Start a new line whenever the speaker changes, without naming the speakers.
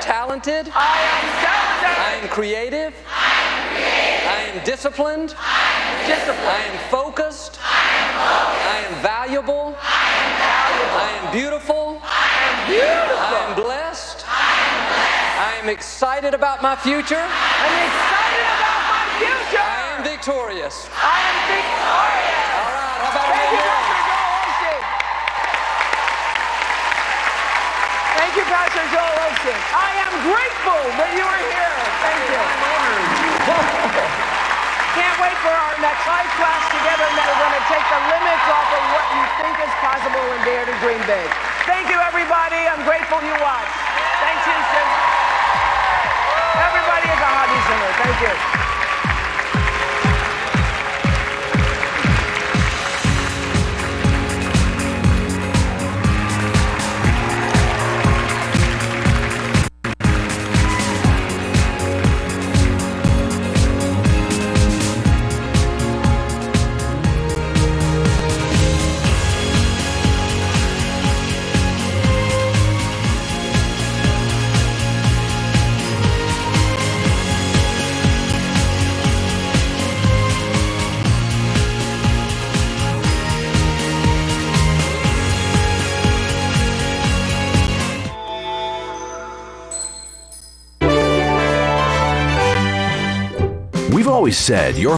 talented.
I am talented.
I am creative. I am creative. I am disciplined. I am disciplined. I am focused. I am focused. I am valuable. I am valuable. I am beautiful. I am beautiful. I am blessed. I am blessed. I am excited about my future.
I'm excited about my future.
I am victorious.
I am victorious.
All right, how about a
Thank you,
million dollars?
Pastor Joel Osteen. Thank you, Pastor Joel Osteen. I am grateful that you are here. Thank you. Can't wait for our next life class together that are going to take the limits off of what you think is possible and dare to dream big. Thank you, everybody. I'm grateful you watched. Thanks, Houston. Everybody at the Hobby Center. Thank you.
We've always said your